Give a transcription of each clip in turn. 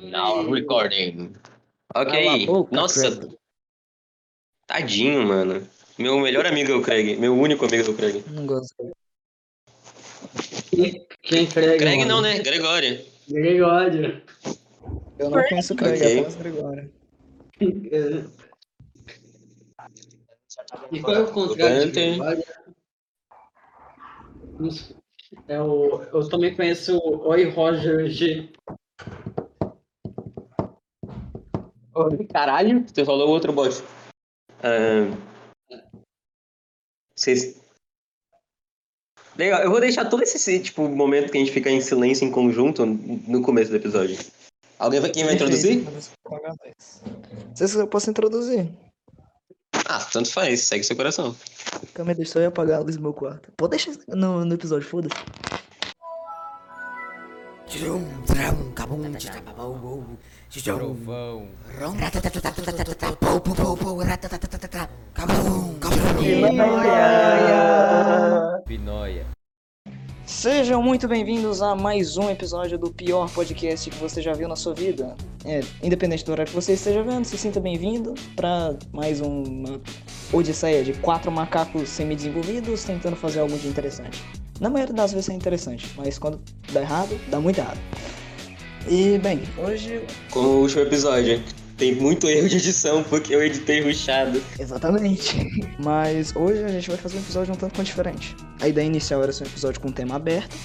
Now recording. Ok. Cala a boca, Nossa. Craig. Tadinho, mano. Meu melhor amigo é o Craig. Meu único amigo é o Craig. Não gostei. Quem Craig? é Craig mano? não, né? Gregório. Gregório. Eu não conheço o Craig, Ok. eu conheço o Gregório. É. E qual é o contrato? de Dante. Gregório? Não sei. É o, eu também conheço o Oi Roger G. Caralho. Você falou outro bot. Ah, Vocês. Legal, eu vou deixar todo esse tipo, momento que a gente fica em silêncio em conjunto no começo do episódio. Alguém vai, quem vai introduzir? Não sei se eu posso introduzir. Ah, tanto faz, segue seu coração. Câmera, deixa eu ir apagar a luz do meu quarto. Pode deixar isso no, no episódio, foda-se. Tchum, tchum, cabum, tchum, tchum, Trovão. rom, ratatatatatatatá, pou, pou, pou, pou, ratatatatá, cabum, cabum. Pinóia. Sejam muito bem-vindos a mais um episódio do pior podcast que você já viu na sua vida. É, independente do horário que você esteja vendo, se sinta bem-vindo para mais uma odisseia de quatro macacos semi-desenvolvidos tentando fazer algo de interessante. Na maioria das vezes é interessante, mas quando dá errado, dá muito errado. E, bem, hoje... Como o último episódio. Tem muito erro de edição porque eu editei ruchado. Exatamente. Mas hoje a gente vai fazer um episódio um tanto quanto diferente. A ideia inicial era ser um episódio com tema aberto,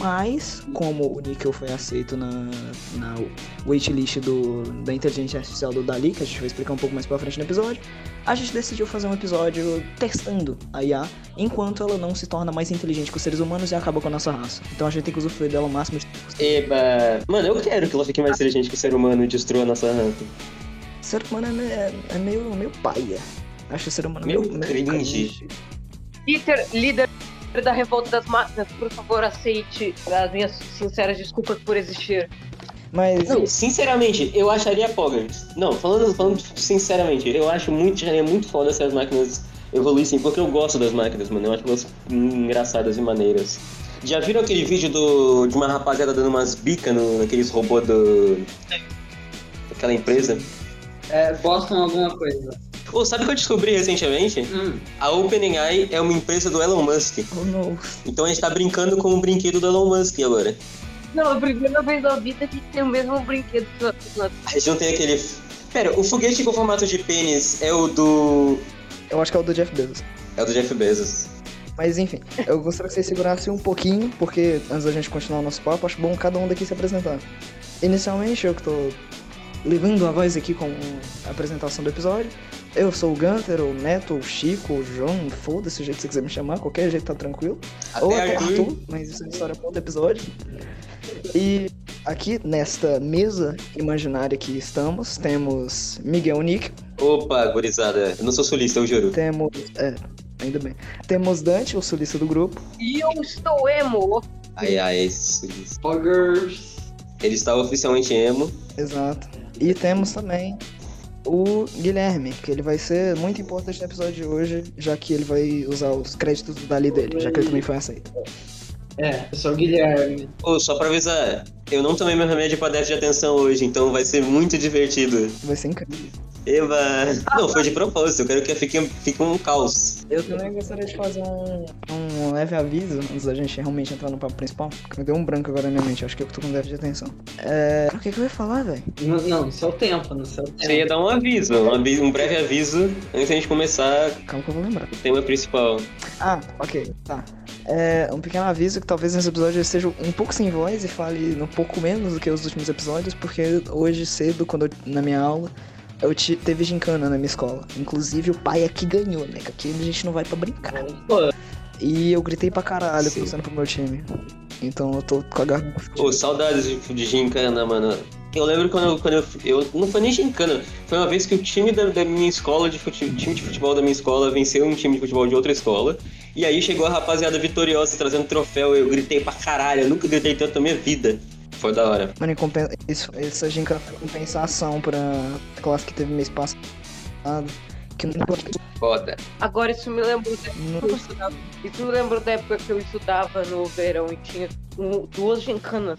mas como o Nickel foi aceito na, na waitlist do, da inteligência artificial do Dali, que a gente vai explicar um pouco mais pra frente no episódio, a gente decidiu fazer um episódio testando a IA enquanto ela não se torna mais inteligente que os seres humanos e acaba com a nossa raça. Então a gente tem que usufruir dela o máximo de... Eba! Mano, eu quero que ela fique mais inteligente que o ser humano e destrua a nossa raça. Ser humano é, me- é meio, meio paia. Acho o ser humano Meu meio cringe. Peter, líder da revolta das máquinas, por favor, aceite as minhas sinceras desculpas por existir. Mas Não, sinceramente, eu acharia Poggers. Não, falando, falando sinceramente, eu acho muito, acharia muito foda se as máquinas evoluíssem, porque eu gosto das máquinas, mano. Eu acho elas engraçadas e maneiras. Já viram aquele vídeo do, de uma rapaziada dando umas bicas no- naqueles robôs do. daquela empresa? É, Boston alguma coisa. Ô, sabe o que eu descobri recentemente? Hum, A OpenAI é uma empresa do Elon Musk. Oh, não. Então a gente tá brincando com o brinquedo do Elon Musk agora. Não, é a primeira vez na vida que tem o mesmo brinquedo que nós- nós. A gente não tem aquele. Pera, o foguete com formato de pênis é o do. Eu acho que é o do Jeff Bezos. É o do Jeff Bezos. Mas enfim, eu gostaria que vocês segurassem um pouquinho, porque antes da gente continuar o nosso papo, acho bom cada um daqui se apresentar. Inicialmente, eu que tô levando a voz aqui com a apresentação do episódio. Eu sou o Gunter, ou Neto, ou Chico, ou João, foda-se o jeito que você quiser me chamar, qualquer jeito tá tranquilo. ou até Arthur, mas isso é história para outro episódio. E aqui nesta mesa imaginária que estamos, temos Miguel Nick, Opa, gurizada. Eu não sou solista, eu juro. temos. É, ainda bem. Temos Dante, o solista do grupo. E eu estou emo. Ai, ai, solista. Poggers. Ele está oficialmente emo. Exato. E temos também o Guilherme, que ele vai ser muito importante no episódio de hoje, já que ele vai usar os créditos do Dali dele, já que ele também foi aceito. É, eu sou o Guilherme. Ô, só pra avisar, eu não tomei meu remédio pra déficit de atenção hoje, então vai ser muito divertido. Vai ser incrível. Eba! Não, foi de propósito, eu quero que fique, fique um caos. Eu também gostaria de fazer um, um leve aviso antes da gente realmente entrar no papo principal. porque Deu um branco agora na minha mente, acho que eu tô com um déficit de atenção. É. O que, que eu ia falar, velho? Não, não, isso é o tempo, não isso é o tempo. Você ia dar um aviso, um, avi- um breve aviso, antes da gente começar Calma que eu vou lembrar. o tema principal. Ah, ok, tá. É, um pequeno aviso que talvez nesse episódio eu esteja um pouco sem voz e fale um pouco menos do que os últimos episódios, porque hoje cedo, quando eu- na minha aula, eu te, teve gincana na minha escola. Inclusive o pai aqui ganhou, né? Que aqui a gente não vai pra brincar. Pô, E eu gritei pra caralho Sim. torcendo pro meu time. Então eu tô com a garganta. Pô, saudades de, de gincana, mano. Eu lembro quando, eu- quando eu, eu- Não foi nem gincana. Foi uma vez que o time da, da minha escola, de fute, time de futebol da minha escola, venceu um time de futebol de outra escola. E aí chegou a rapaziada vitoriosa trazendo troféu. Eu gritei pra caralho. Eu nunca gritei tanto na minha vida. Foi da hora. Mano, em compen- isso, essa gincana foi compensação pra classe que teve mês passado. Que não Foda. Agora isso me lembrou da época que eu não- estudava. Isso me lembrou da época que eu estudava no verão e tinha um- duas gincanas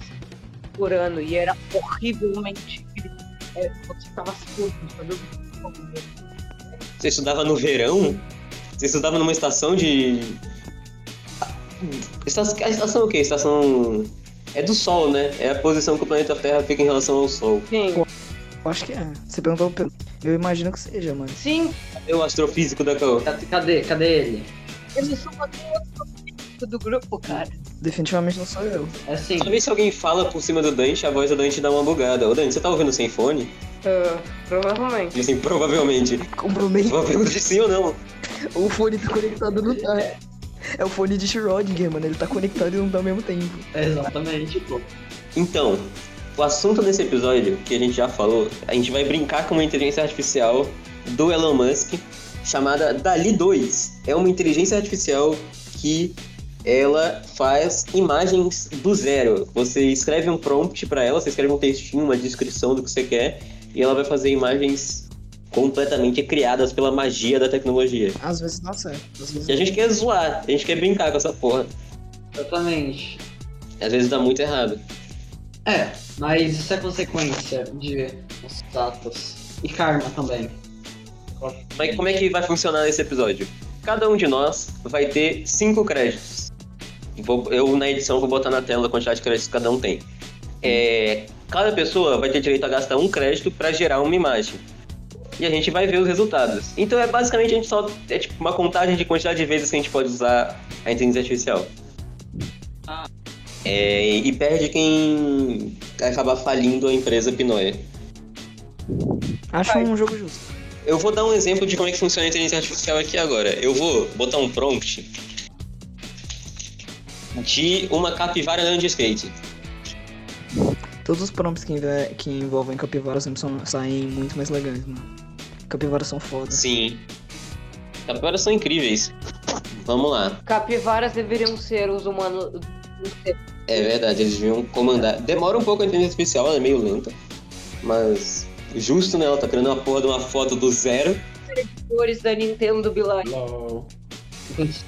por ano e era horrivelmente incrível. É, você ficava surdo, sabe? Você estudava no verão? Você estudava numa estação de. Esta- A estação é o quê? Estação. É do Sol, né? É a posição que o planeta Terra fica em relação ao Sol. Sim, Eu acho que é. Você perguntou, pelo- eu imagino que seja, mas. sim, Cadê É o astrofísico da Caô? Ca- Cadê? Cadê ele? eles são uma do grupo, cara. Definitivamente não sou eu. É assim. Toda vez que alguém fala por cima do Dante, a voz do Dante dá uma bugada. Ô Dante, você tá ouvindo sem fone? Ah, provavelmente. E Assim, provavelmente. Comprometo. Uma pergunta de sim ou não. O fone tá conectado no. É é o fone de Schrödinger, mano. Ele tá conectado e não tá ao mesmo tempo. Exatamente, Tipo. pô. Então, o assunto desse episódio, que a gente já falou, a gente vai brincar com uma inteligência artificial do Elon Musk, chamada Dali 2. É uma inteligência artificial que ela faz imagens do zero. Você escreve um prompt para ela, você escreve um textinho, uma descrição do que você quer, e ela vai fazer imagens completamente criadas pela magia da tecnologia. Às vezes dá certo. Às vezes E a gente quer zoar, a gente quer brincar com essa porra. Exatamente. Às vezes dá muito errado. É, mas isso é consequência de nossos atos. E karma também. Mas como é que vai funcionar esse episódio? Cada um de nós vai ter cinco créditos. Vou- eu, na edição, vou botar na tela a quantidade de créditos que cada um tem. É, cada pessoa vai ter direito a gastar um crédito para gerar uma imagem. E a gente vai ver os resultados. Então, é basicamente a gente só. É tipo uma contagem de quantidade de vezes que a gente pode usar a inteligência artificial. Ah. É, e perde quem acabar falindo a empresa Pinoia. Acho um jogo justo. Eu vou dar um exemplo de como é que funciona a inteligência artificial aqui agora. Eu vou botar um prompt de uma capivara andando de skate. Todos os prompts que, enve- que envolvem capivara sempre são- saem muito mais legais, mano. Capivaras são foda. Sim. Capivaras são incríveis. Vamos lá. Capivaras deveriam ser os humanos. É verdade, eles deviam comandar. Demora um pouco a inteligência artificial, ela é meio lenta. Mas justo, né? Ela tá criando uma porra de uma foto do zero. Cores da Nintendo Bilal. Lol. Enquanto isso,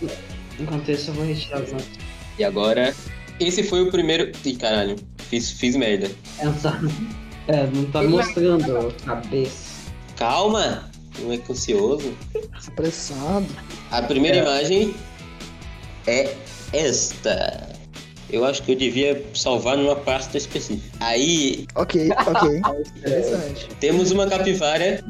enquanto isso, eu vou retirar os nossos. E agora. Esse foi o primeiro. Ih, caralho. Fiz, fiz merda. É, não tá mostrando a cabeça. Calma! Não é que ansioso. Apressado. A primeira É. imagem é esta. Eu acho que eu devia salvar numa pasta específica. Aí Ok, ok. É, Interessante. temos uma capivara.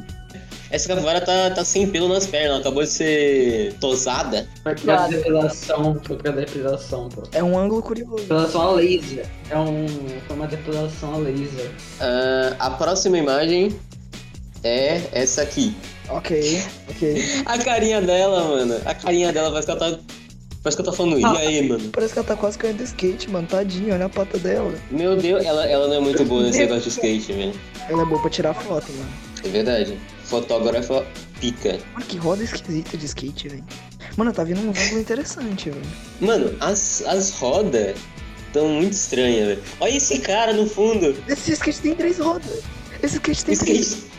Essa capivara tá, tá sem pelo nas pernas, ela acabou de ser tosada. foi pra depilação, foi pra depilação, pô. É um ângulo curioso. Depilação a laser. É um. Foi uma depilação a laser. Ah, a próxima imagem é essa aqui. Ok, ok. A carinha dela, mano. A carinha dela parece que ela tá. Parece que ela tá falando. E aí, mano? Parece que ela tá quase caindo de skate, mano. Tadinha, olha a pata dela. Meu Deus, ela, ela não é muito boa nesse negócio de skate, velho. Ela é boa pra tirar foto, mano. É verdade. Fotógrafa pica. Mano, Ah, que roda esquisita de skate, velho. Mano, tá vindo um ângulo interessante, velho. Mano, as, as rodas estão muito estranhas, velho. Olha esse cara no fundo. Esse skate tem três rodas. Esse skate tem três. Skate.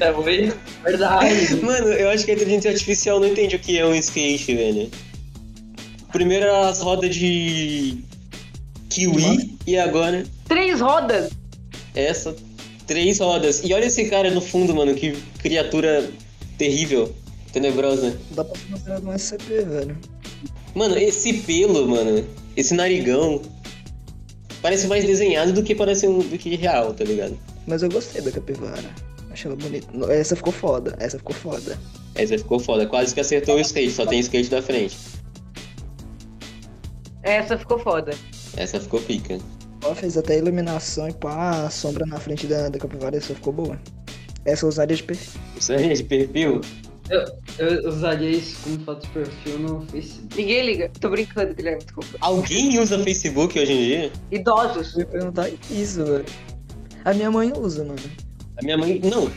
É oi? verdade. Mano, eu acho que a inteligência artificial não entende o que é um skate, velho. Primeiro era as rodas de kiwi e agora Três rodas! essa. Três rodas. E olha esse cara no fundo, mano. Que criatura terrível, tenebrosa. Dá pra ser considerado um SCP, velho. Mano, esse pelo, mano. Esse narigão. Parece mais desenhado do que parece um, do que real, tá ligado? Mas eu gostei da capivara. Achei ela bonita. No- Essa ficou foda, essa ficou foda. Essa ficou foda, quase que acertou o skate, só tem skate da frente. Essa ficou foda. Essa ficou pica. Ela fez até iluminação e pá, a sombra na frente da, da capivara, essa ficou boa. Essa eu usaria de perfil. Isso aí, de perfil. Eu usaria isso como foto de perfil no Facebook. Ninguém liga. Tô brincando, Guilherme, desculpa. Alguém usa Facebook hoje em dia? Idosos. Eu ia perguntar isso, velho. A minha mãe usa, mano. A minha mãe. Não.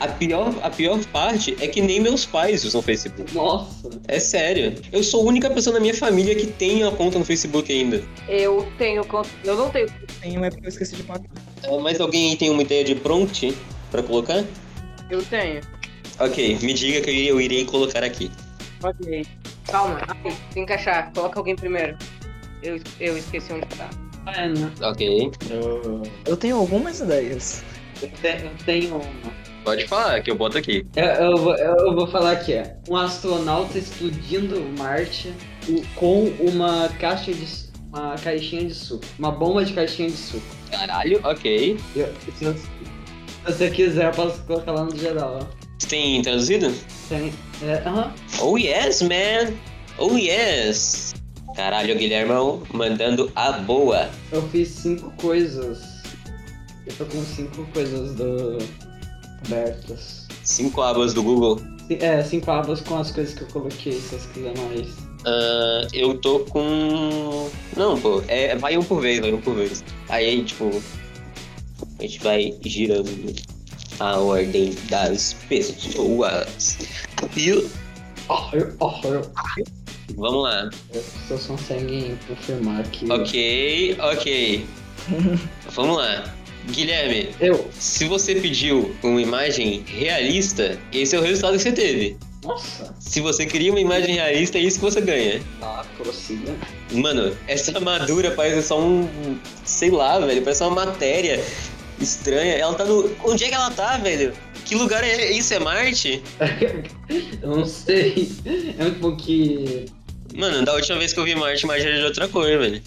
A pior, a pior parte é que nem meus pais usam Facebook. Nossa. É sério. Eu sou a única pessoa na minha família que tem uma conta no Facebook ainda. Eu tenho. con- Eu não tenho. Tem uma época que eu esqueci de pagar. Ah, Mas alguém aí tem uma ideia de prompt pra colocar? Eu tenho. Ok, me diga que eu irei colocar aqui. Ok. Calma. Ai, tem que achar. Coloca alguém primeiro. Eu, eu esqueci onde tá. É, não. Ok. Eu, Eu tenho algumas ideias. eu, te- eu tenho uma. Pode falar, que eu boto aqui. Eu, eu, vou- eu vou falar aqui, ó. Um astronauta explodindo Marte o- com uma caixa de su- uma caixinha de suco. Uma bomba de caixinha de suco. Caralho, ok. Eu- se, você, se você quiser, eu posso colocar lá no geral, ó. Você tem traduzido? Tem. É, aham. Oh yes, man! Oh yes! Caralho, Guilhermão, mandando a boa. Eu fiz cinco coisas. Eu tô com cinco coisas do. abertas. Cinco abas do Google. Ci- É, cinco abas com as coisas que eu coloquei, se vocês quiserem mais. Ah, eu tô com. Não, pô, é, vai um por vez, vai um por vez. Aí, tipo. A gente vai girando a ordem das pessoas. E Ah, eu, ah, eu- vamos lá. eu- Vocês conseguem confirmar que. Ok, ok. vamos lá. Guilherme, Eu. se você pediu uma imagem realista, esse é o resultado que você teve. Nossa! Se você queria uma imagem realista, é isso que você ganha. Ah, prossiga. Mano, essa armadura parece só um. Sei lá, velho. Parece uma matéria estranha. Ela tá no. Onde é que ela tá, velho? Que lugar é isso? É Marte? Eu não sei. É um pouco que. Mano, da última vez que eu vi Marte, Marte era de outra cor, velho.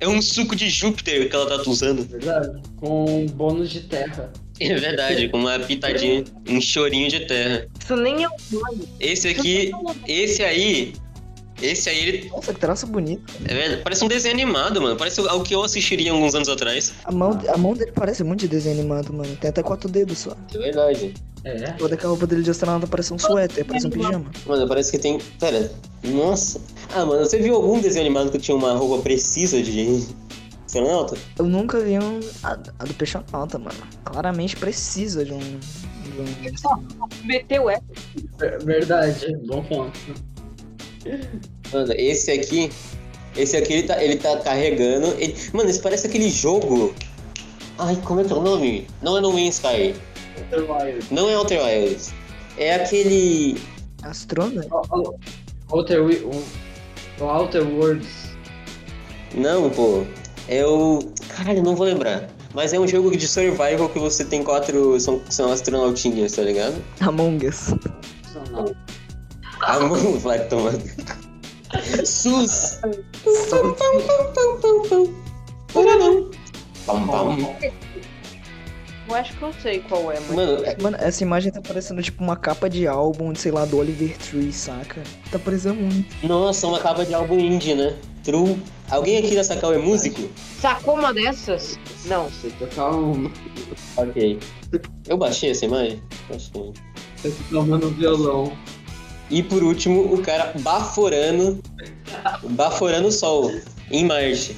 É um suco de Júpiter que ela tá usando. Verdade? Com bônus de terra. É verdade, com uma pitadinha, um chorinho de terra. Isso nem é um nome. Esse aqui, esse aí, esse aí, ele. Nossa, que traço bonito. É velho, parece um desenho animado, mano. Parece algo que eu assistiria alguns anos atrás. A mão, a mão dele parece muito de desenho animado, mano. Tem até quatro dedos só. É verdade. É. Toda a roupa dele de astronauta parece um suéter, parece um pijama. Mano, parece que tem. Pera. Nossa. Ah, mano, você viu algum desenho animado que tinha uma roupa precisa de astronauta? Eu nunca vi um. A, a do peixonauta, mano. Claramente precisa de um. De um... Meteu é? essa. Verdade. Bom ponto. Mano, esse aqui. Esse aqui ele tá, ele tá carregando. ele- Mano, isso parece aquele jogo. Ai, como é que é o nome? Não é No Man's Sky. Não é Outer Wilds. É aquele. Astrônomo? Outer, Wi- o Outer Worlds. Não, pô. É o. Caralho, não vou lembrar. Mas é um jogo de survival que você tem quatro. São, são astronautinhas, tá ligado? Among Us. Não, não. A mão vai tomando. então. SUS! Pam, pam. Eu acho que eu sei qual é, mas. Mano, é- Mano, essa imagem tá parecendo tipo uma capa de álbum, de, sei lá, do Oliver Tree, saca? Tá parecendo muito. nossa, uma capa de álbum indie, né? True. Alguém aqui nessa cal é músico? Sacou uma dessas? Não. Sei tocar um. Ok. Eu baixei essa imagem? Baixei. Eu tô Tá tomando violão. E por último, o cara baforando. Baforando o sol em Marte.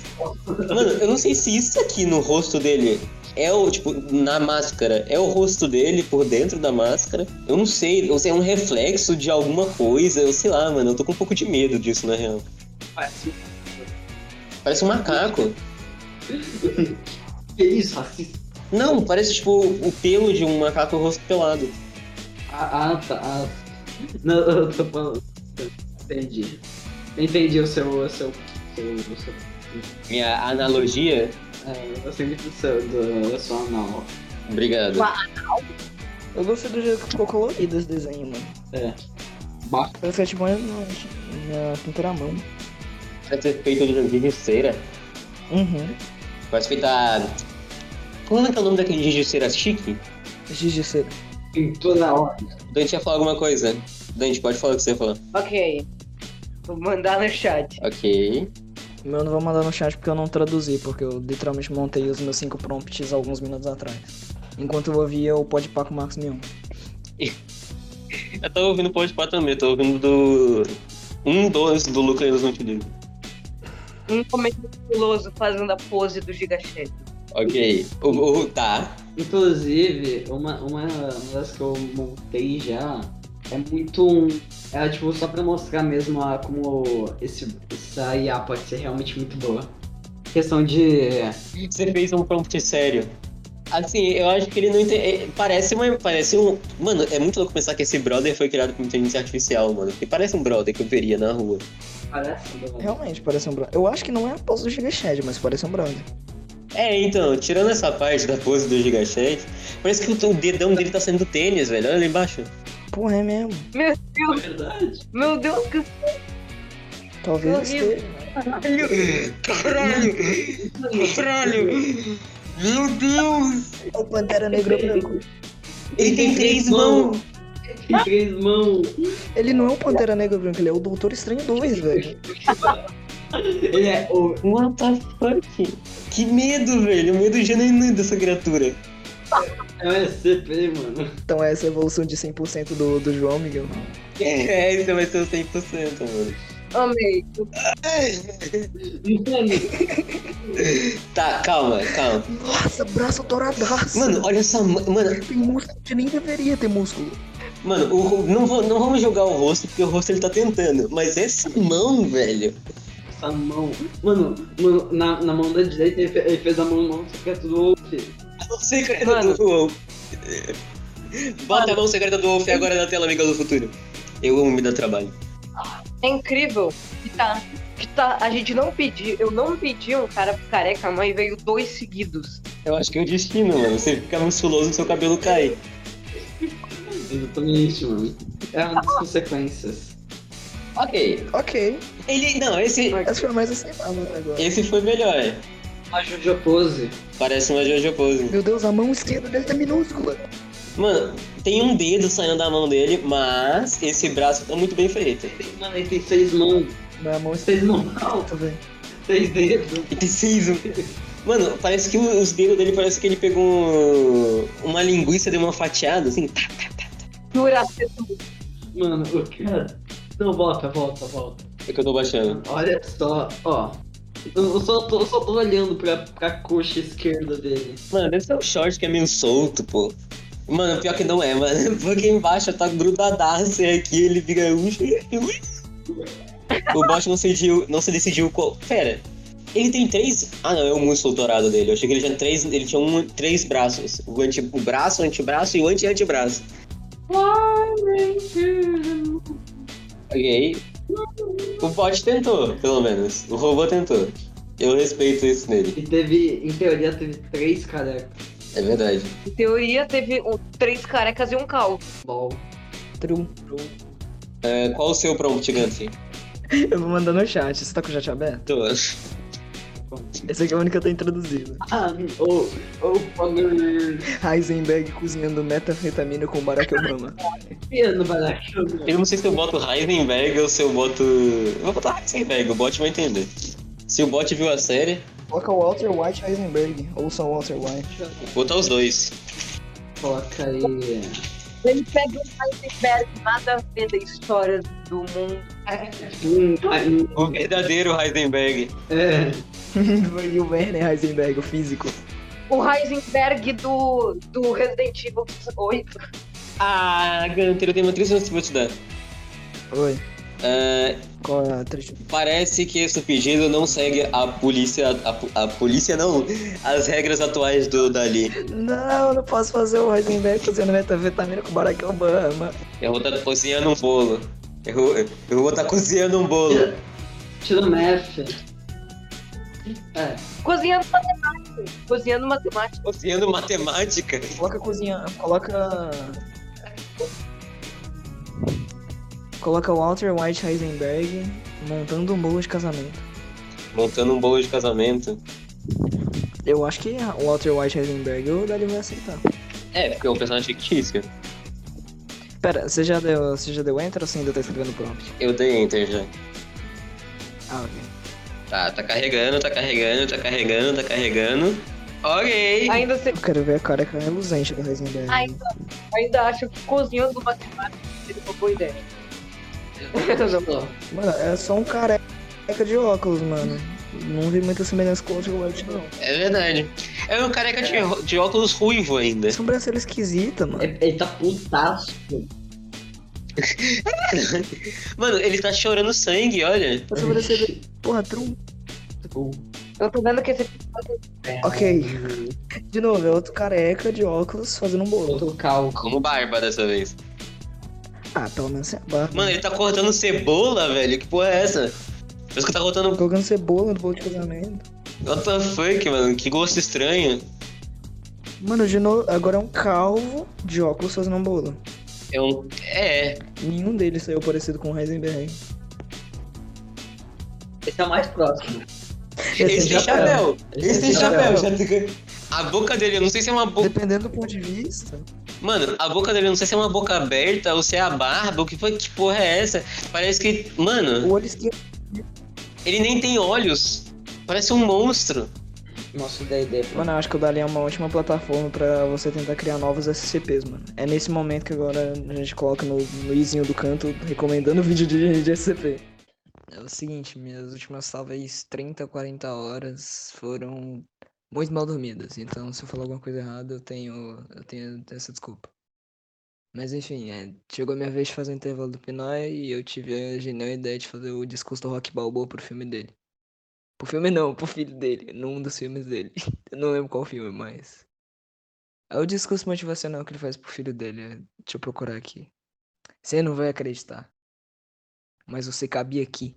Mano, eu não sei se isso aqui no rosto dele é o, tipo, na máscara, é o rosto dele por dentro da máscara. Eu não sei, ou se é um reflexo de alguma coisa, eu sei lá, mano. Eu tô com um pouco de medo disso, na real. Parece um macaco. Que isso, racista? Não, parece, tipo, o pelo de um macaco rosto pelado. Ah, ah, tá. ah. Não, eu tô falando. Entendi. Entendi o seu. O seu, seu, o seu Minha analogia. é, o significado do seu, do, do seu anal. Obrigado. Eu gostei do jeito que ficou colorido esse desenho, mano. É. Ba- Parece que é tipo uma, uma pintura à mão. Parece ser é feito de de cera. Uhum. Parece feito a. Como é que é o nome daquele giz de cera chique? Giz de cera. Pintou na hora. Dante ia falar alguma coisa. Dante, pode falar o que você ia falar. Ok. Vou mandar no chat. Ok. Meu, eu não vou mandar no chat porque eu não traduzi, porque eu literalmente montei os meus cinco prompts alguns minutos atrás. Enquanto eu ouvia o podpar com o Marcos Mion. Eu tava ouvindo o podcast também, eu tô ouvindo do. Um, dois do Lucas Eles Não Te Ligo. Um comentário filoso fazendo a pose do Giga Chef. Ok. O, o- tá. Inclusive, uma, uma, uma das que eu montei já é muito um. É tipo só pra mostrar mesmo a, como esse, essa IA pode ser realmente muito boa. Questão de. é, Você fez um prompt sério. Assim, eu acho que ele não entende. Parece, uma, parece um. Mano, é muito louco pensar que esse brother foi criado por inteligência artificial, mano. Porque parece um brother que eu veria na rua. Parece, né? Realmente, parece um brownie. Eu acho que não é a pose do Giga Shed, mas parece um brownie. É, então, tirando essa parte da pose do Gigachete, parece que o, o dedão dele tá saindo do tênis, velho. Olha ali embaixo. Porra, é mesmo. Meu É Deus, verdade. meu Deus, que Talvez horrível. esteja. caralho. Caralho! Caralho! Meu Deus! O Pantera Negra Branco. Ele tem três mãos! Tem três mãos. Ele não é o Pantera Negra Branco, ele é o Doutor Estranho 2, velho. Ele é o. What the fuck? Que medo, velho! O medo genuíno dessa criatura. É o SCP, mano. Então essa é a evolução de 100% do, do João Miguel. É, isso vai ser o 100%, mano. Amei. Mano, Tá, calma, calma. Nossa, braço toradaço. Mano, olha essa. ma- Mano, Tem músculo que nem deveria ter músculo. mano o ro- não, vou, não vamos jogar o rosto, porque o rosto ele tá tentando. Mas essa mão, velho. essa mão. Mano, mano na, na mão da direita ele fe- ele fez a mão é não secreta do Wolf. A mão secreta Mano. do Wolf. Bota a mão secreta do Wolf agora na tela, amiga do futuro. Eu amo me dar trabalho. É incrível que tá. Que tá. A gente não pediu. Eu não pedi um cara careca, mas veio dois seguidos. Eu acho que é o destino, mano. Você fica musculoso e seu cabelo cai. Exatamente, mano. É uma das consequências. Ok. Ok, Ele. Não, esse. essa foi mais aceitável até agora. Esse foi melhor. A Jojo Pose. Parece uma Jojo Pose. Meu Deus, a mão esquerda dele tá minúscula. Mano, tem um dedo saindo da mão dele, mas esse braço tá muito bem feito. Mano, ele tem seis mãos. Não é a mão Seis mãos esquerda, velho. seis dedos. E tem seis. Mano, parece que os dedos dele parece que ele pegou uma linguiça de uma fateada, assim. tá, tá, tá. Jura ser Mano, o cara. Não, volta, volta, volta. É que eu tô baixando. Olha só, ó. Eu eu só tô, eu só tô olhando pra, pra coxa esquerda dele. Mano, deve ser um short que é meio solto, pô. Mano, pior que não é, mano. Porque embaixo tá grudadaço e aqui ele fica. o Bosch não se decidiu, não se decidiu qual. Pera. Ele tem três. Ah não, é o músculo dourado dele. Eu achei que ele tinha três. Ele tinha um, três braços. O, anti, o braço, o antebraço e o anti-antebraço. Ok. O bot tentou, pelo menos. O robô tentou. Eu respeito isso nele. E teve, em teoria, teve três carecas. É verdade. Em teoria, teve um- três carecas e um calvo. Bom, Trum. É, qual o seu prompt, Gantry? Eu vou mandar no chat. Você tá com o chat aberto? Tô. Esse aqui é o único que eu tô introduzido. Ah, o. O Palmer. Heisenberg cozinhando metafetamina com Barack Obama. Piano Barachuda. Eu não sei se eu boto Heisenberg ou se eu boto. Eu vou botar Heisenberg, o bot vai entender. Se o bot viu a série, Coloca o Walter White e Heisenberg. Ou só Walter White. vou botar os dois. Coloca aí. Ele pega um iceberg, nada a ver da história do mundo. Hum, ah, hum, O verdadeiro Heisenberg. É. e o Werner Heisenberg, o físico. O Heisenberg do, do Resident Evil 8. Ah, Gantry, eu tenho uma triste notícia pra te dar. Oi. É, Qual é a triste? parece que esse pedido não segue a polícia. A, po- a polícia não. As regras atuais do Dali. Não, não posso fazer o Heisenberg cozinhando metafetamina com Barack Obama. Eu vou estar cozinhando um bolo. Eu, vou- eu vou estar cozinhando um bolo. Tira- Tira o F. É. Cozinhando matemática. Cozinhando matemática. Cozinhando matemática. Coloca cozinha. Coloca. Coloca Walter White Heisenberg montando um bolo de casamento. Montando um bolo de casamento. Eu acho que o Walter White Heisenberg o Dali vai aceitar. É, porque é um personagem fictício. Pera, você já deu, você já deu enter ou você ainda tá escrevendo prompt? Eu dei enter já. Ah, ok. Tá, tá carregando, tá carregando, tá carregando, tá carregando. Ok! Ainda, se, Eu quero ver a careca reluzente do Heisenberg. ainda, ainda acho que cozinhando matemática seria uma boa ideia. Só. Mano, é só um careca de óculos, mano. Não vi muita semelhança com o Walter White, não. É verdade. É um careca de, ro- de óculos ruivo ainda. Sobrancelha esquisita, mano. Ele ele tá putaço. Mano, ele tá chorando sangue, olha. A sobrancelha. Porra, trum. Eu tô vendo que esse episódio Ok. De novo, é outro careca de óculos fazendo um bolo. Outro calco. Como barba dessa vez. Ah, pelo menos é a barba. Mano, ele tá cortando cebola, velho. Que porra é essa? Por isso que tá botando. Colocando cebola no bolo de casamento. What the fuck, mano? Que gosto estranho. Mano, de novo, agora é um calvo de óculos fazendo um bolo. É um. É. Nenhum deles saiu parecido com o Heisenberg. Esse é o mais próximo. Esse tem chapéu. Esse tem chapéu. chapéu. já fica- A boca dele, eu não sei se é uma boca. Dependendo do ponto de vista. Mano, a boca dele, eu não sei se é uma boca aberta ou se é a barba. O que foi? Que porra é essa? Parece que. Mano, O olho esquerdo. ele nem tem olhos. Parece um monstro. Nosso D&D, pô. Mano, eu acho que o Dali é uma ótima plataforma pra você tentar criar novos SCPs, mano. É nesse momento que agora a gente coloca no, no izinho do canto recomendando vídeo de, de SCP. É o seguinte, minhas últimas talvez 30, 40 horas foram muito mal dormidas. Então, se eu falar alguma coisa errada, eu tenho, eu tenho essa desculpa. Mas enfim, é, chegou a minha vez de fazer o intervalo do Pinói e eu tive a genial ideia de fazer o discurso do Rock Balboa pro filme dele. Pro filme não, pro filho dele, num dos filmes dele. Eu não lembro qual filme, mas. É o discurso motivacional que ele faz pro filho dele. é- Deixa eu procurar aqui. Você não vai acreditar. Mas você cabia aqui.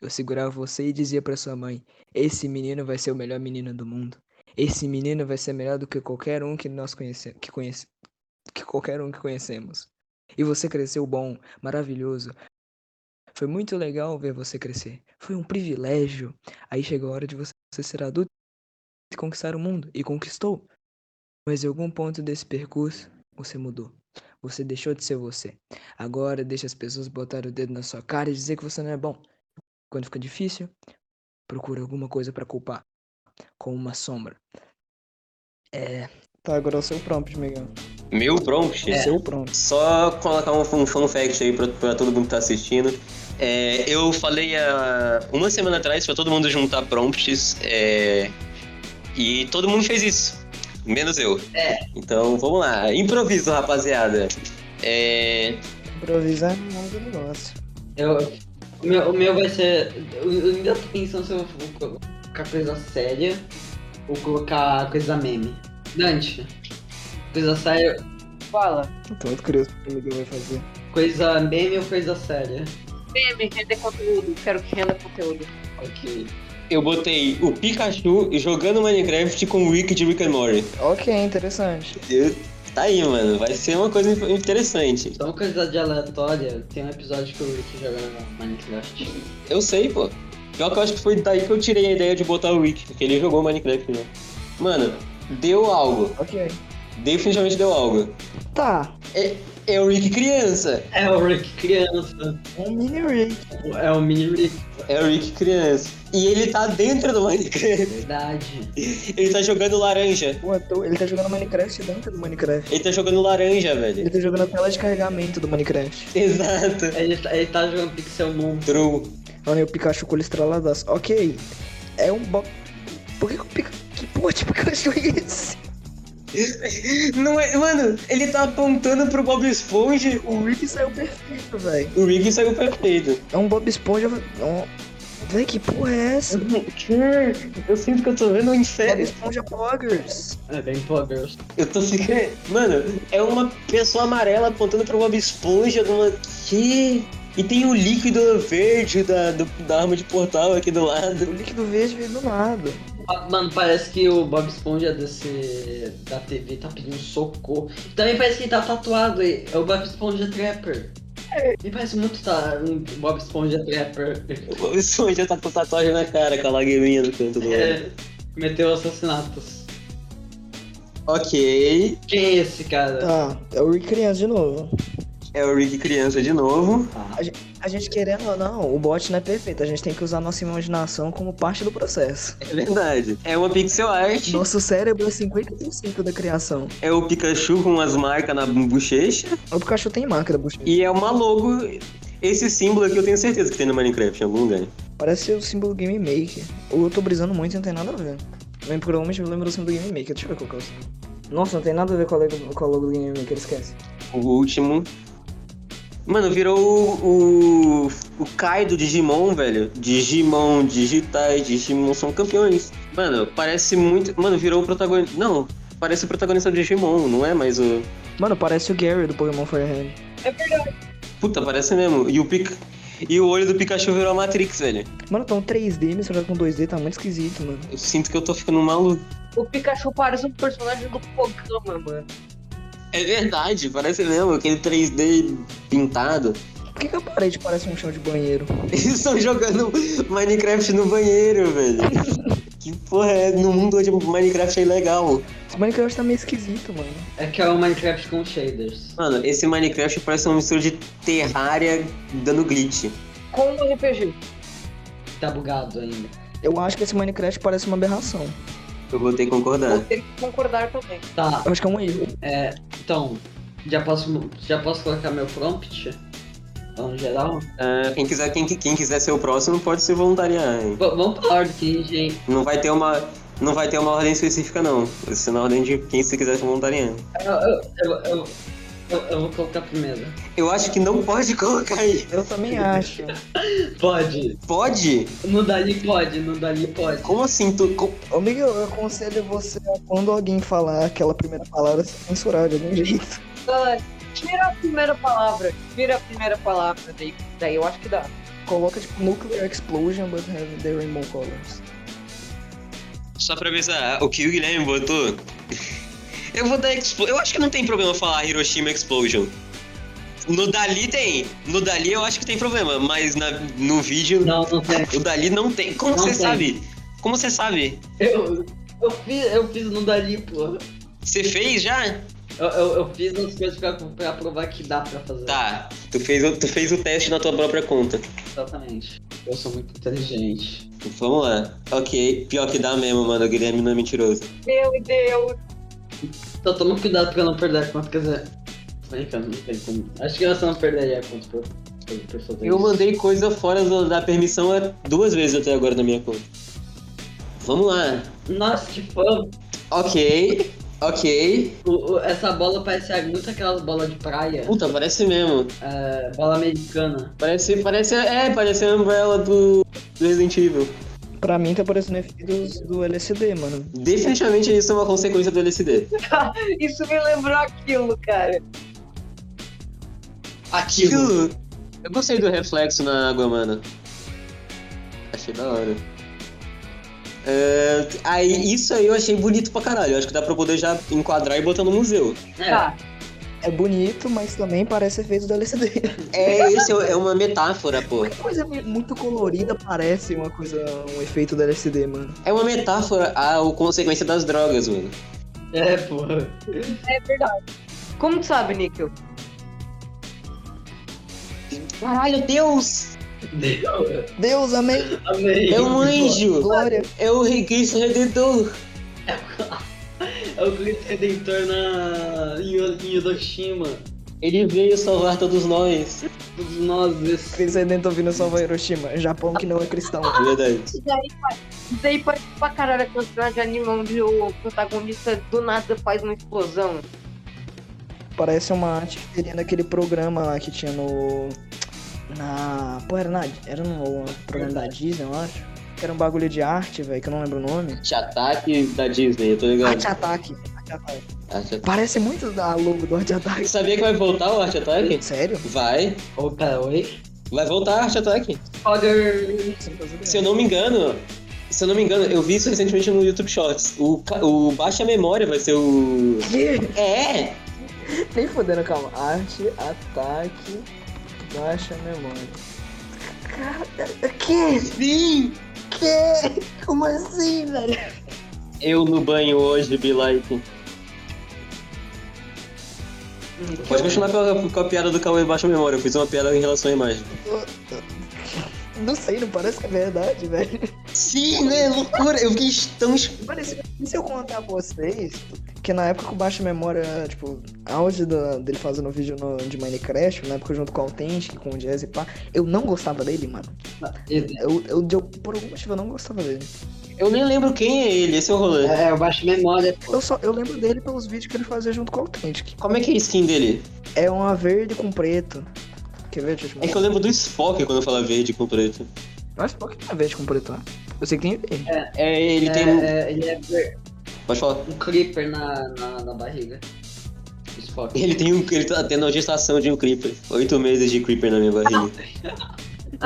Eu segurava você e dizia pra sua mãe: Esse menino vai ser o melhor menino do mundo. Esse menino vai ser melhor do que qualquer um que nós conhecemos. Que, conhece... que qualquer um que conhecemos. E você cresceu bom, maravilhoso. Foi muito legal ver você crescer. Foi um privilégio. Aí chegou a hora de você ser adulto e conquistar o mundo, e conquistou. Mas em algum ponto desse percurso, você mudou. Você deixou de ser você. Agora deixa as pessoas botarem o dedo na sua cara e dizer que você não é bom. Quando fica difícil, procura alguma coisa pra culpar, como uma sombra. É. Tá, agora é o seu prompt, Miguel. Meu bronche. Seu prompt. Só colocar um, um fun fact aí pra, pra todo mundo que tá assistindo. É, eu falei há uma semana atrás pra todo mundo juntar prompts é, e todo mundo fez isso, menos eu. É. Então vamos lá, improviso, rapaziada. É, Improvisar é um longo negócio. Eu, o, meu, o meu vai ser. Eu, eu ainda tô pensando se eu vou colocar coisa séria ou colocar coisa meme. Dante, coisa séria. Fala. Tô muito curioso pro que o Miguel vai fazer. Coisa meme ou coisa séria? Meme, render conteúdo. Quero que renda conteúdo. Ok. eu botei o Pikachu jogando Minecraft com o Rick de Rick and Morty. Ok, interessante. Eu- tá aí, mano, vai ser uma coisa interessante. Então coisa de aleatória, tem um episódio que o Rick joga no Minecraft. Eu sei, pô. Pior que eu acho que foi daí que eu tirei a ideia de botar o Rick, porque ele jogou Minecraft, né? Mano, deu algo. Ok. Definitivamente deu algo. Tá. É, é o Rick criança. É o Rick criança. Um mini rig. É o mini Rick. É o Rick criança. E ele tá dentro do Minecraft. Verdade. Ele tá jogando laranja. O ator, ele tá jogando Minecraft dentro do Minecraft. Ele tá jogando laranja, Ele velho. tá jogando a tela de carregamento do Minecraft. Exato. Ele, tá- ele tá jogando Pixelmon. True. Olha aí o Pikachu com o estraladas. Ok. É um bo... Por que, que o Pikachu. Que porra de Pikachu é esse? Não é, mano, ele tá apontando pro Bob Esponja. O Rick saiu perfeito, velho. O Rick saiu perfeito. É um Bob Esponja. é Um... Véi, que porra é essa? Eu sinto que eu tô vendo um É Bob inferno. Esponja Poggers. É bem poderoso. Eu tô ficando. Mano, é uma pessoa amarela apontando pra uma esponja de uma. Que. E tem o líquido verde da, do- da arma de portal aqui do O lado. líquido verde veio do nada. Ah, Mano, parece que o Bob Esponja desse, da TV tá pedindo socorro. Também parece que ele tá tatuado aí. É o Bob Esponja Trapper. Me parece muito tá, um Bob Esponja Trapper. O esponja tá com tatuagem na cara, com a lagriminha no canto do olho. É, cometeu assassinatos. Ok. Quem é esse cara? Tá, é o Rick criança de novo. É o Rick criança de novo. A gente querendo ou não, o bot não é perfeito. A gente tem que usar nossa imaginação como parte do processo. É verdade. É uma pixel art. Nosso cérebro é 50% da criação. É o Pikachu com as marcas na bochecha. O Pikachu tem marca da bochecha. E é uma logo. Esse símbolo aqui eu tenho certeza que tem no Minecraft em algum lugar. Parece o símbolo Game Maker. Ou eu tô brisando muito e não tem nada a ver. Mas provavelmente eu lembro do símbolo Game Maker. Deixa eu ver qual que é o símbolo. Nossa, não tem nada a ver com a logo, com a logo do Game Maker, esquece. O último. Mano, virou o, o, o Kai do Digimon, velho. Digimon, Digitais, Digimon são campeões. Mano, parece muito. Mano, virou o protagonista. Não, parece o protagonista do Digimon, não é mais o. Mano, parece o Gary do Pokémon Firehand. Puta, parece mesmo. E o Pik. E o olho do Pikachu virou a Matrix, velho. Mano, tá um 3D misturado com 2D, tá muito esquisito, mano. Eu sinto que eu tô ficando maluco. O Pikachu parece um personagem do Pogama, mano. É verdade, parece mesmo, aquele 3D pintado. Por que, que a parede parece um chão de banheiro? Eles estão jogando Minecraft no banheiro, velho. Que porra, é, no mundo hoje Minecraft é ilegal. Esse Minecraft tá meio esquisito, mano. É que é o Minecraft com shaders. Mano, esse Minecraft parece uma mistura de Terraria dando glitch. Com um RPG. Tá bugado ainda. Eu acho que esse Minecraft parece uma aberração. Eu vou ter que Vou concordar. ter que concordar também. Tá, Eu acho que é um erro. é. Então, já posso, já posso colocar meu prompt? Então, geral? Ah, quem, quiser, quem, quem quiser ser o próximo pode se voluntariar, hein? V- vamos pra ordem, gente. Não vai ter uma. Não vai ter uma ordem específica, não. Vai ser na ordem de quem se quiser se voluntariar. Eu, eu, eu, eu, eu, eu vou colocar primeiro. Eu acho que não pode colocar aí. Eu também acho. Pode. Pode? No Dali pode, no Dali pode. Como assim? Tu, co- Ô, Miguel, eu aconselho você a quando alguém falar aquela primeira palavra, se censurar de algum jeito. Ah, tira a primeira palavra. Tira a primeira palavra daí. Daí eu acho que dá. Coloca, tipo, Nuclear Explosion, but have the rainbow colors. Só pra avisar, o que o Guilherme botou. Eu vou dar explo... Eu acho que não tem problema falar Hiroshima Explosion. No Dali tem. No Dali eu acho que tem problema, mas na- no vídeo. Não, não tem. O Dali não tem. Como Não você tem. sabe? Como você sabe? Eu, eu, fiz, eu fiz no Dali, porra. Você fez já? Eu, eu, eu fiz as coisas pra, pra provar que dá pra fazer. Tá. Tu fez, o- tu fez o teste na tua própria conta. Exatamente. Eu sou muito inteligente. Vamos lá. Ok. Pior que dá mesmo, mano. O Guilherme não é mentiroso. Meu Deus. Então toma cuidado pra não perder a conta, quer dizer. Tô brincando, não tem como. Acho que você não perderia a conta por, por, por fazer Eu isso. mandei coisa fora do- da permissão é, duas vezes até agora na minha conta. Vamos lá. Nossa, que fã! Ok, ok. tipo, O- o- essa bola parece muito aquelas bolas de praia. Puta, parece mesmo. É, bola americana. Parece, parece, é, parece a Umbrella do, do Resident Evil. Pra mim tá parecendo efeitos do LSD, mano. Definitivamente isso é uma consequência do LSD. Isso me lembrou aquilo, cara. Aquilo! Eu gostei do reflexo na água, mano. Achei da hora. É, aí, isso aí eu achei bonito pra caralho. Eu acho que dá pra poder já enquadrar e botar no museu. É, Tá. É bonito, mas também parece efeitos do LSD. É, esse é é uma metáfora, pô. coisa muito colorida parece uma coisa, um efeito do LSD, mano. É uma metáfora ao consequência das drogas, mano. é, porra. É verdade. Como tu sabe, Níquel? Caralho, Deus! Deu. Deus, amém! Amei. É um anjo! Glória! É o Rei Cristo Redentor! É o Cristo Redentor na... em Hiro- em Hiroshima. Ele veio salvar todos nós. Todos nós, esse... Cristo Redentor vindo salvar Hiroshima. Japão que não é cristão. Verdade. Isso daí, faz- isso daí parece pra caralho aquela cena de anime onde o protagonista do nada faz uma explosão. Parece uma arte que teria naquele programa lá que tinha no. Na. Pô, era, na... era no programa da Disney, eu acho. Que era um bagulho de arte, velho, que eu não lembro o nome. Arte Ataque da Disney, eu tô ligado. Arte Ataque. Arte Ataque. Arte Ataque. Parece muito da logo do Arte Ataque. Sabia que vai voltar o Arte Ataque? Sério? Vai. Ô, pera, oi? Vai voltar o Arte Ataque. Fogger... Se eu não me engano, se eu não me engano, eu vi isso recentemente no YouTube Shorts. O, ca- o Baixa Memória vai ser o... Que? É! Nem fodendo, calma. Arte, ataque, baixa memória. Cara, que? Sim! Que? Como assim, velho? Eu no banho hoje, be Hum, like. Pode continuar com a, com a piada do Cauê Baixa Memória. Eu fiz uma piada em relação à imagem. Não sei, não parece que é verdade, velho. Sim, né? Loucura. Eu fiquei tão... Parece... E se eu contar a vocês que na época que o Baixa Memória, tipo, auge da- dele fazendo vídeo no- de Minecraft, na época junto com o Authentic, com o Jazz e pá, eu não gostava dele, mano. Eu, eu, de- por algum motivo, eu não gostava dele. Eu nem lembro quem é ele, esse é o rolê. É, eu baixo memória, pô. Eu só eu lembro dele pelos vídeos que ele fazia junto com o Authentic. Como é que é a skin dele? É uma verde com preto. Quer ver? Deixa eu te É que eu lembro do Spock quando eu falo verde com preto. Mas por que tem a verde com preto? né? Eu sei que tem verde. É, ele É, tem um. é, ele é ver- Pode falar. um creeper na, na, na barriga. Spock. Ele tem um. Ele tá tendo a gestação de um Creeper. Oito meses de Creeper na minha barriga.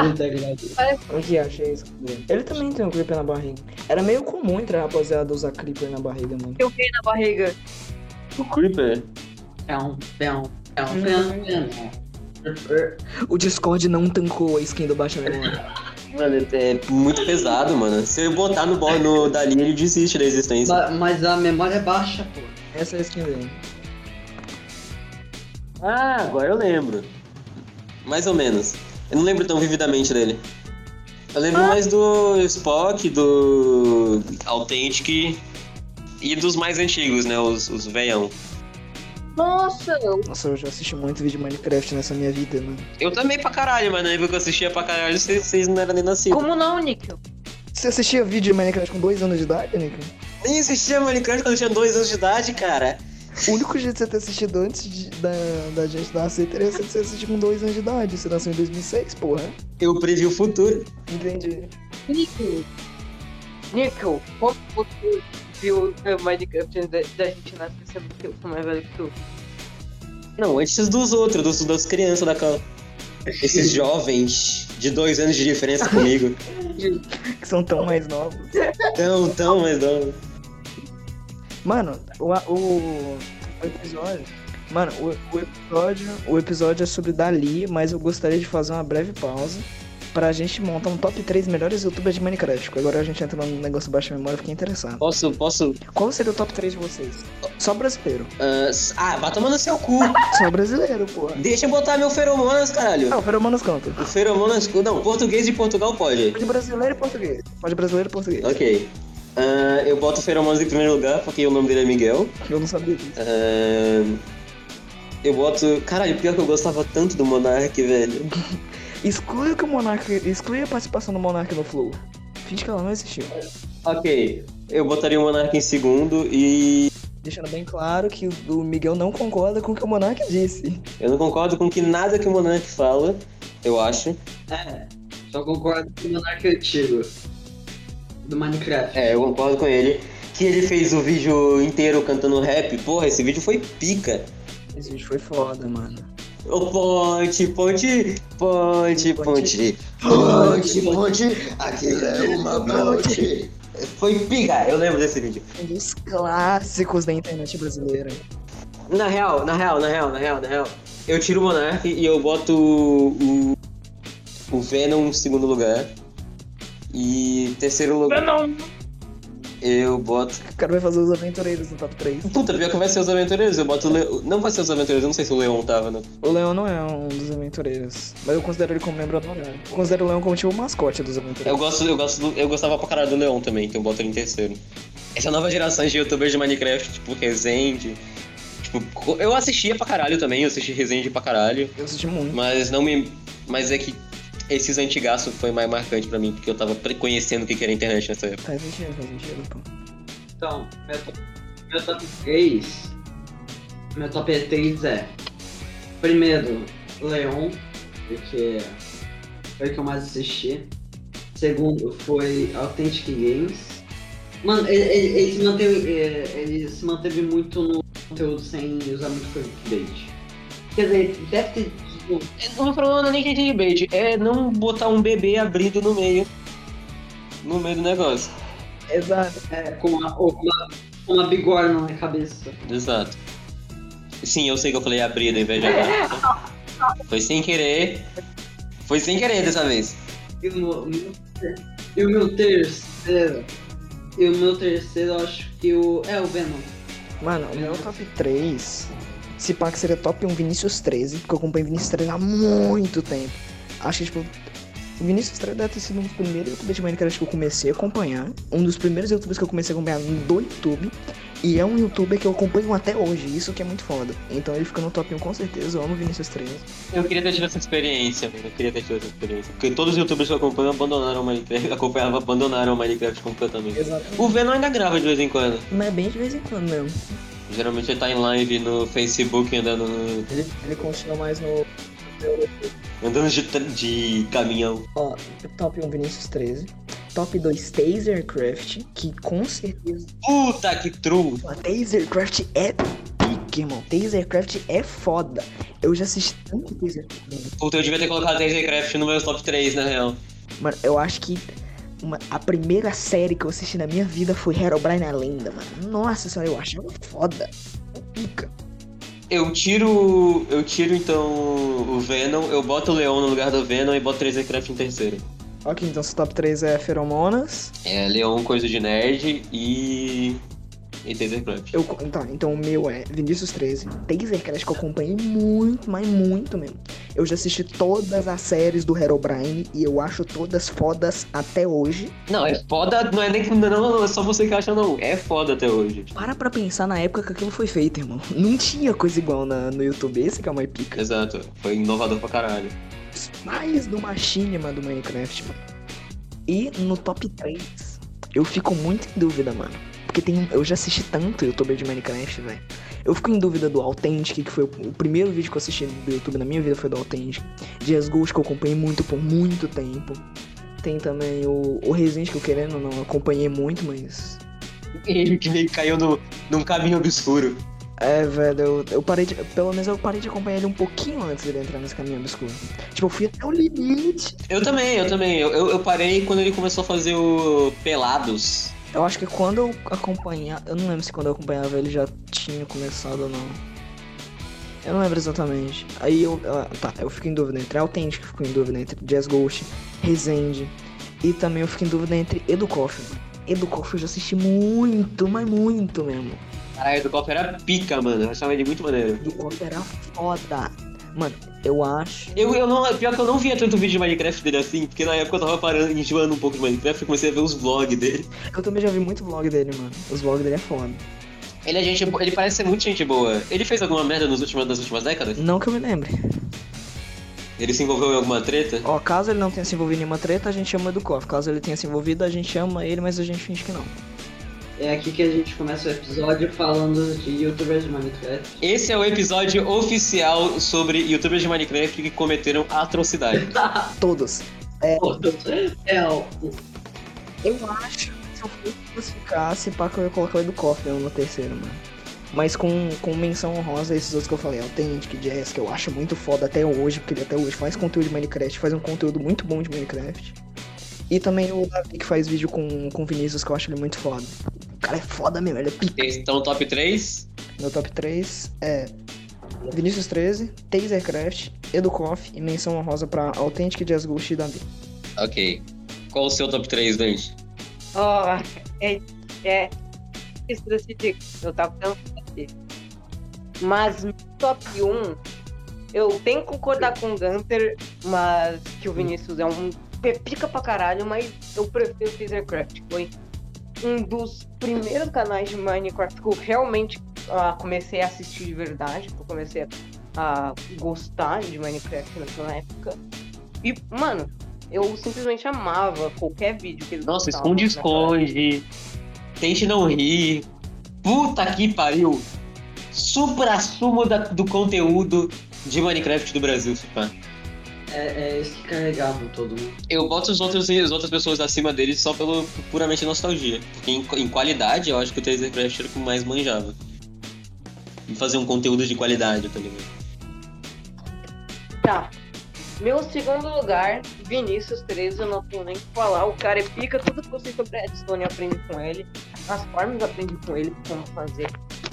Integridade. Onde achei isso? Ele também tem um clipper na barriga. Era meio comum entre a rapaziada usar clipper na barriga, mano. Eu vi na barriga. O Creeper? É um, é um, é um, é um, é um. O Discord não tancou a skin do Baixa Memória. Mano, é muito pesado, mano. Se eu botar no, bo- no Dali, ele desiste da existência. Ma- Mas a memória é baixa, pô. Essa é a skin dele. Ah, agora eu lembro. Mais ou menos. Eu não lembro tão vividamente dele. Eu lembro mais do Spock, do Authentic e dos mais antigos, né? Os, os veião. Nossa, Nossa, eu já assisti muito vídeo de Minecraft nessa minha vida, mano. Eu também pra caralho, mas na época que eu assistia pra caralho, vocês vocês não eram nem nascidos. como não, Níquel? Você assistia vídeo de Minecraft com dois anos de idade, né, cara? Nem assistia Minecraft quando eu tinha dois anos de idade, cara. O único jeito de você ter assistido antes de- da, da gente nascer teria sido você assistir com dois anos de idade. Você nasceu em 2006, porra. Eu previ o futuro. Entendi. Níquel. Níquel, como você viu eh, Minecraft antes da da gente nascer sendo que eu sou mais velho que tu? Não, antes dos outros, dos, das crianças daquela. Esses jovens de dois anos de diferença comigo. Que são tão mais novos. Tão, tão, mas não. Mano, o, o, o episódio. Mano, o, o episódio. O episódio é sobre Dali, mas eu gostaria de fazer uma breve pausa pra gente montar um top 3 melhores youtubers de Minecraft. porque Agora a gente entra num negócio baixa memória, eu fiquei interessado. Posso, posso. Qual seria o top 3 de vocês? Só brasileiro. ah, s- ah, vai tomando seu cu. Só brasileiro, porra. Deixa eu botar meu feromonas, caralho. Não, Feromonas canta. O feromonas. Não, português de Portugal pode. Pode brasileiro e português. Pode brasileiro e português. Ok. Ah, eu boto o feromonas em primeiro lugar, porque o nome dele é Miguel. Eu não sabia disso. Ah, eu boto. Caralho, pior que eu gostava tanto do Monark, velho. Exclui que o Monark. Exclui a participação do Monark no Flow. Finge que ela não existiu. Ok. Eu botaria o Monark em segundo e. Deixando bem claro que o Miguel não concorda com o que o Monark disse. Eu não concordo com que nada que o Monark fala, eu acho. É, só concordo com o Monarca Antigo. Do Minecraft. É, eu concordo com ele. Que ele fez o vídeo inteiro cantando rap. Porra, esse vídeo foi pica. Esse vídeo foi foda, mano. Ô ponte, ponte, ponte, ponte. Ponte, ponte, aquilo é uma ponte. Foi pica, eu lembro desse vídeo. Um dos clássicos da internet brasileira. Na real, na real, na real, na real, na real. Eu tiro o Monark e eu boto o. O Venom em segundo lugar. E em terceiro lugar. Não. Eu boto. O cara vai fazer os aventureiros no top 3. Puta, pior que vai ser os aventureiros. Eu boto o Le... Não vai ser os aventureiros, eu não sei se o Leon tava né? no. O Leão não é um dos aventureiros. Mas eu considero ele como membro honorário. Eu considero o Leão como tipo o mascote dos Eu aventureiros. gosto, eu gosto do- eu gostava pra caralho do Leon também, então eu boto ele em terceiro. Essa nova geração de youtubers de Minecraft, tipo, Rezende. Tipo, co- eu assistia pra caralho também, eu assisti Rezende pra caralho. Eu assisti muito. Mas não me. Mas é que esses antigaços foi mais marcante pra mim, porque eu tava pre- conhecendo o que que era a internet nessa época. Faz sentido, faz sentido, pô. Então, meu top, meu top 3. Meu top 3 é. Primeiro, Leon, porque foi o que eu mais assisti. Segundo, foi Authentic Games. Mano, ele, ele- ele se manteve, é, ele se manteve muito no conteúdo sem usar muito clickbait. Quer dizer, deve ter. tipo, O problema não é nem que tem debate, é não botar um bebê abrindo no meio. No meio do negócio. Exato. É, com uma, ou com uma, com uma bigorna na cabeça. Exato. Sim, eu sei que eu falei abrido em vez de aberto. Foi sem querer. Foi sem querer dessa vez. E o meu, e o meu terceiro. E o meu terceiro, eu acho que o. É o Venom. Mano, o meu top 3. Se pá que seria top 1 Vinícius 13, porque eu acompanho Vinícius 13 há muito tempo. Acho que, tipo, o Vinícius 13 deve ter sido um dos primeiros youtubers de Minecraft que eu comecei a acompanhar. Um dos primeiros youtubers que eu comecei a acompanhar do YouTube. E é um youtuber que eu acompanho até hoje, isso que é muito foda. Então ele fica no top 1 com certeza, eu amo o Vinícius 13. Eu queria ter tido essa experiência, mano. Eu queria ter tido essa experiência. Porque todos os youtubers que eu acompanho abandonaram o Minecraft. Acompanhava, abandonaram o Minecraft completamente. Exato. O Venom ainda grava de vez em quando. Mas é bem de vez em quando mesmo. Geralmente ele tá em live no Facebook andando no- Ele, ele continua mais no andando de, tra- de caminhão. Ó, top 1 Vinícius 13. Top 2 Tasercraft, que com certeza Puta que true! A Tasercraft é pica. Porque, irmão, Tasercraft é foda. Eu já assisti tanto Tasercraft. Puta, eu devia ter colocado Tasercraft no meu top 3, na real. Mano, eu acho que uma- a primeira série que eu assisti na minha vida foi Herobrine a Lenda, mano. Nossa senhora, eu achava foda. Pica. Eu tiro. Eu tiro então o Venom, eu boto o Leon no lugar do Venom e boto Tasercraft em terceiro. Ok, então seu top 3 é Feromonas. É, Leon, coisa de nerd e. E Tasercraft. Eu, co- tá, então o meu é Vinícius 13. Tasercraft que eu acompanhei muito, mas muito mesmo. Eu já assisti todas as séries do Herobrine e eu acho todas fodas até hoje. Não, é foda, não é nem que. Não, não, é só você que acha, não. É foda até hoje. Para pra pensar na época que aquilo foi feito, irmão. Não tinha coisa igual na- no YouTube, esse que é o mais pica. Exato, foi inovador pra caralho. Mais do machinima do Minecraft, mano. E no top 3, eu fico muito em dúvida, mano. Porque tem, eu já assisti tanto YouTube de Minecraft, velho. Eu fico em dúvida do Authentic, que foi o, o primeiro vídeo que eu assisti do YouTube na minha vida foi do Authentic. Dias Gold, que eu acompanhei muito por muito tempo. Tem também o, o Resident, que eu querendo ou não acompanhei muito, mas Ele que meio que caiu no, num caminho obscuro. É, velho, eu, eu parei de. Pelo menos eu parei de acompanhar ele um pouquinho antes dele entrar nesse caminho obscuro. Tipo, eu fui até o limite. Eu também, eu também. Eu, eu, eu parei quando ele começou a fazer o Pelados. Eu acho que quando eu acompanhava. Eu não lembro se quando eu acompanhava ele já tinha começado ou não. Eu não lembro exatamente. Aí eu. ah, Tá, eu fico em dúvida entre Authentic, fico em dúvida entre Jazz Ghost, Resende. E também eu fico em dúvida entre Educoff, mano. Educoff eu já assisti muito, mas muito mesmo. Caralho, do copo era pica, mano. Eu achava ele muito maneiro. Educoff era foda. Mano, eu acho. Eu, eu não, é pior que eu não via tanto vídeo de Minecraft dele assim, porque na época eu tava parando, enjoando um pouco de Minecraft e comecei a ver os vlogs dele. Eu também já vi muito vlog dele, mano. Os vlogs dele é foda. Ele é gente bo- ele parece ser muito gente boa. Ele fez alguma merda nos últimos, nas últimas décadas? Não que eu me lembre. Ele se envolveu em alguma treta? Ó, caso ele não tenha se envolvido em nenhuma treta, a gente chama o Educoff. Caso ele tenha se envolvido, a gente ama ele, mas a gente finge que não. É aqui que a gente começa o episódio falando de youtubers de Minecraft. Esse é o episódio oficial sobre youtubers de Minecraft que cometeram atrocidade. Todos. É, ó, Eu acho que se eu fosse classificasse, pá, que eu ia colocar o Educoff mesmo no terceiro, mano. Mas com, com menção honrosa a esses outros que eu falei, Authentic, Jazz, que eu acho muito foda até hoje, porque ele até hoje faz conteúdo de Minecraft, faz um conteúdo muito bom de Minecraft. E também o Davi que faz vídeo com, com o Vinícius, que eu acho ele muito foda. O cara é foda mesmo, ele é pica. Então, top 3? Meu top 3 é Vinícius 13, Tasercraft, Educoff e menção honrosa pra Authentic Jazz Ghost e Davi. Ok. Qual o seu top 3, Dante? Ó, é, é difícil decidir. Eu tava pensando aqui. Mas no top 1, eu tenho que concordar com o Gunter, mas que o Vinícius é um pepica pra caralho, mas eu prefiro o Tasercraft. que Foi um dos primeiros canais de Minecraft que eu realmente ah, comecei a assistir de verdade, que eu comecei a, a gostar de Minecraft naquela época. E, mano, eu simplesmente amava qualquer vídeo que ele Nossa, botavam esconde, naquela época. esconde. Tente não rir. Puta que pariu. Supra sumo do conteúdo de Minecraft do Brasil, se pá. é, é isso que carregava todo mundo. Eu boto os outros as outras pessoas acima deles só pelo puramente nostalgia. Porque em, em qualidade, eu acho que o Tasercraft era o que mais manjava. E fazer um conteúdo de qualidade, tá ligado? Tá. Meu segundo lugar, Vinícius 13, eu não tenho nem o que falar. O cara é pica, tudo que eu sei sobre Redstone eu aprendi com ele. As formas eu aprendi com ele como fazer.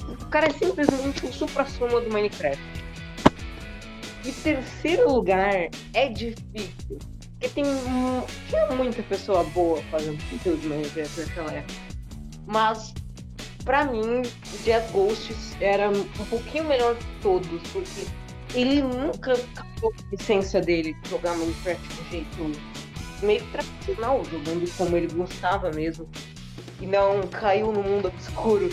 O cara é simplesmente o supra-sumo do Minecraft. E terceiro lugar é difícil. Porque tem mu- tinha muita pessoa boa fazendo conteúdo de Minecraft naquela época. Mas, pra mim, Jazz Ghosts era um pouquinho melhor que todos, porque ele nunca acabou com a essência dele de jogar Minecraft de um jeito meio tradicional, jogando como ele gostava mesmo. E não caiu no mundo obscuro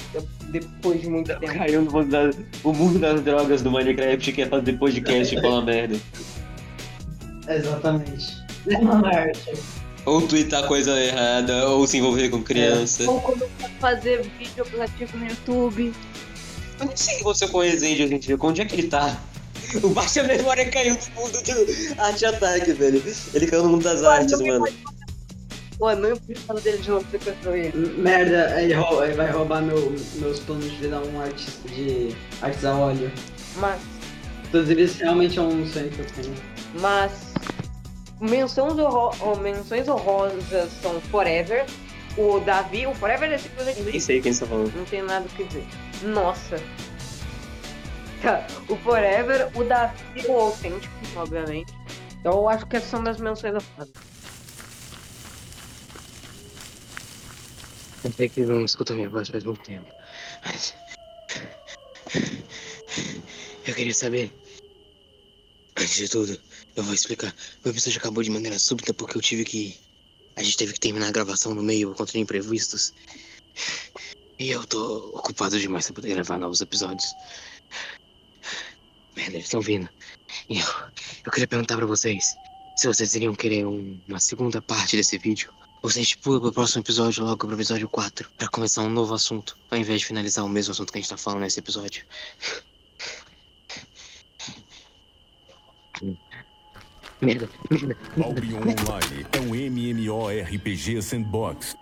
depois de muito tempo. Caiu no mundo das, o mundo das drogas do Minecraft que é fazer podcast com uma merda. Exatamente. Ou twittar coisa errada, ou se envolver com criança. Ou começar a fazer vídeo aplicativo no YouTube. Eu nem sei o que aconteceu com o Resende hoje em dia, onde é que ele tá? O Baixa Memória caiu no mundo do Arte Ataque, velho. Ele caiu no mundo das artes, mano. Pô, não impressão dele de novo sequestrou ele. Merda, ele, rou- ele vai roubar meu, meus planos de virar um artista de artes a óleo. Mas, Inclusive, isso realmente é um sonho que eu tenho. mas. Menções, horro- oh, menções horrorosas são Forever. O Davi, o Forever é coisa de Nem sei quem você tá falando. Não tem nada o que dizer. Nossa. Tá, O Forever, o Davi, o Autêntico, obviamente. Então eu acho que essas são minhas menções honrosas. Eu sei é que não escuta minha voz faz muito tempo. Mas... Eu queria saber. Antes de tudo, eu vou explicar. O episódio acabou de maneira súbita porque eu tive que. A gente teve que terminar a gravação no meio por conta de imprevistos. E eu tô ocupado demais pra poder gravar novos episódios. Merda, eles estão vindo. E eu, eu queria perguntar pra vocês se vocês iriam querer um- uma segunda parte desse vídeo. Ou vocês pulam pro próximo episódio, logo pro episódio 4, pra começar um novo assunto, ao invés de finalizar o mesmo assunto que a gente tá falando nesse episódio. Merda, merda. Albion Online é um MMORPG sandbox